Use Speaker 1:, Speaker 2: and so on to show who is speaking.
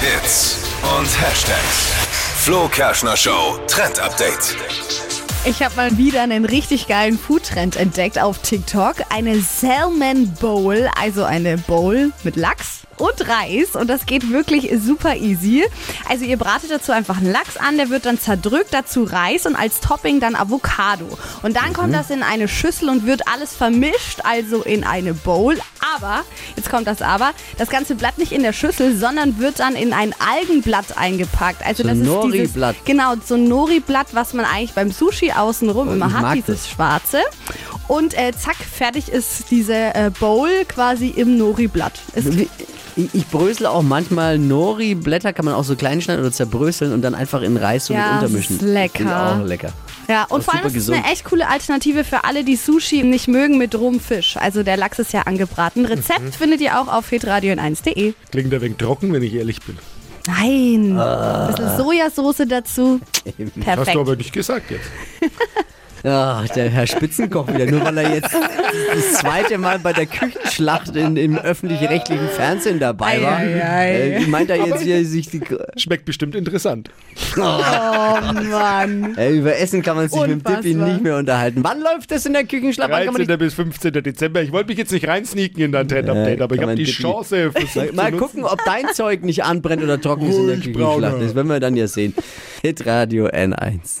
Speaker 1: Hits und Hashtags. Flo Kerschner Show Trend Update.
Speaker 2: Ich habe mal wieder einen richtig geilen Foodtrend entdeckt auf TikTok. Eine Salmon Bowl, also eine Bowl mit Lachs und Reis. Und das geht wirklich super easy. Also ihr bratet dazu einfach einen Lachs an, der wird dann zerdrückt, dazu Reis und als Topping dann Avocado. Und dann kommt das in eine Schüssel und wird alles vermischt, also in eine Bowl. Aber, jetzt kommt das aber, das Ganze bleibt nicht in der Schüssel, sondern wird dann in ein Algenblatt eingepackt. Also
Speaker 3: So
Speaker 2: das
Speaker 3: ein
Speaker 2: ist dieses,
Speaker 3: Nori-Blatt.
Speaker 2: Genau, so ein Nori-Blatt, was man eigentlich beim Sushi außenrum immer
Speaker 3: Oh, ich
Speaker 2: hat,
Speaker 3: mag
Speaker 2: dieses
Speaker 3: das.
Speaker 2: schwarze. Und äh, zack, fertig ist diese äh, Bowl quasi im Nori-Blatt. Ist
Speaker 3: Wie- Ich ich brösle auch manchmal Nori-Blätter, kann man auch so klein schneiden oder zerbröseln und dann einfach in Reis so
Speaker 2: Ja,
Speaker 3: mit untermischen.
Speaker 2: ist lecker.
Speaker 3: Finde ich auch lecker.
Speaker 2: Ja, und
Speaker 3: ist
Speaker 2: vor allem
Speaker 3: super
Speaker 2: ist es eine
Speaker 3: gesund.
Speaker 2: echt coole Alternative für alle, die Sushi nicht mögen mit rohem Fisch. Also der Lachs ist ja angebraten. Rezept
Speaker 3: Mhm.
Speaker 2: findet ihr auch auf hitradio1.de.
Speaker 4: Klingt ein wenig trocken, wenn ich ehrlich bin.
Speaker 2: Nein,
Speaker 3: Ah.
Speaker 2: ein bisschen Sojasauce dazu.
Speaker 4: Hast du
Speaker 2: Perfekt.
Speaker 4: aber nicht gesagt jetzt.
Speaker 3: Ach, Ah, der Herr Spitzenkoch wieder, nur weil er jetzt das zweite Mal bei der Küchenschlacht in, im öffentlich-rechtlichen Fernsehen dabei war.
Speaker 2: Ei, ei, ei.
Speaker 3: Äh, wie meint er jetzt hier sich die,
Speaker 4: Schmeckt bestimmt interessant.
Speaker 2: Oh Mann.
Speaker 3: äh, über Essen kann man sich mit dem Dippi
Speaker 2: Unfassbar.
Speaker 3: nicht mehr unterhalten. Wann läuft das in der Küchenschlacht? Wann kann man
Speaker 4: 13.
Speaker 3: die,
Speaker 4: bis 15. Dezember. Ich wollte mich jetzt nicht reinsneaken in dein Trend-Update,
Speaker 3: Äh,
Speaker 4: aber ich
Speaker 3: kann
Speaker 4: habe
Speaker 3: man
Speaker 4: die
Speaker 3: Dippi-
Speaker 4: Chance versucht
Speaker 3: mal
Speaker 4: zu nutzen.
Speaker 3: gucken, ob dein Zeug nicht anbrennt oder trocken ist in der
Speaker 4: Ruhig,
Speaker 3: Küchenschlacht.
Speaker 4: Brauner.
Speaker 3: Das werden wir dann ja sehen. Hitradio N1.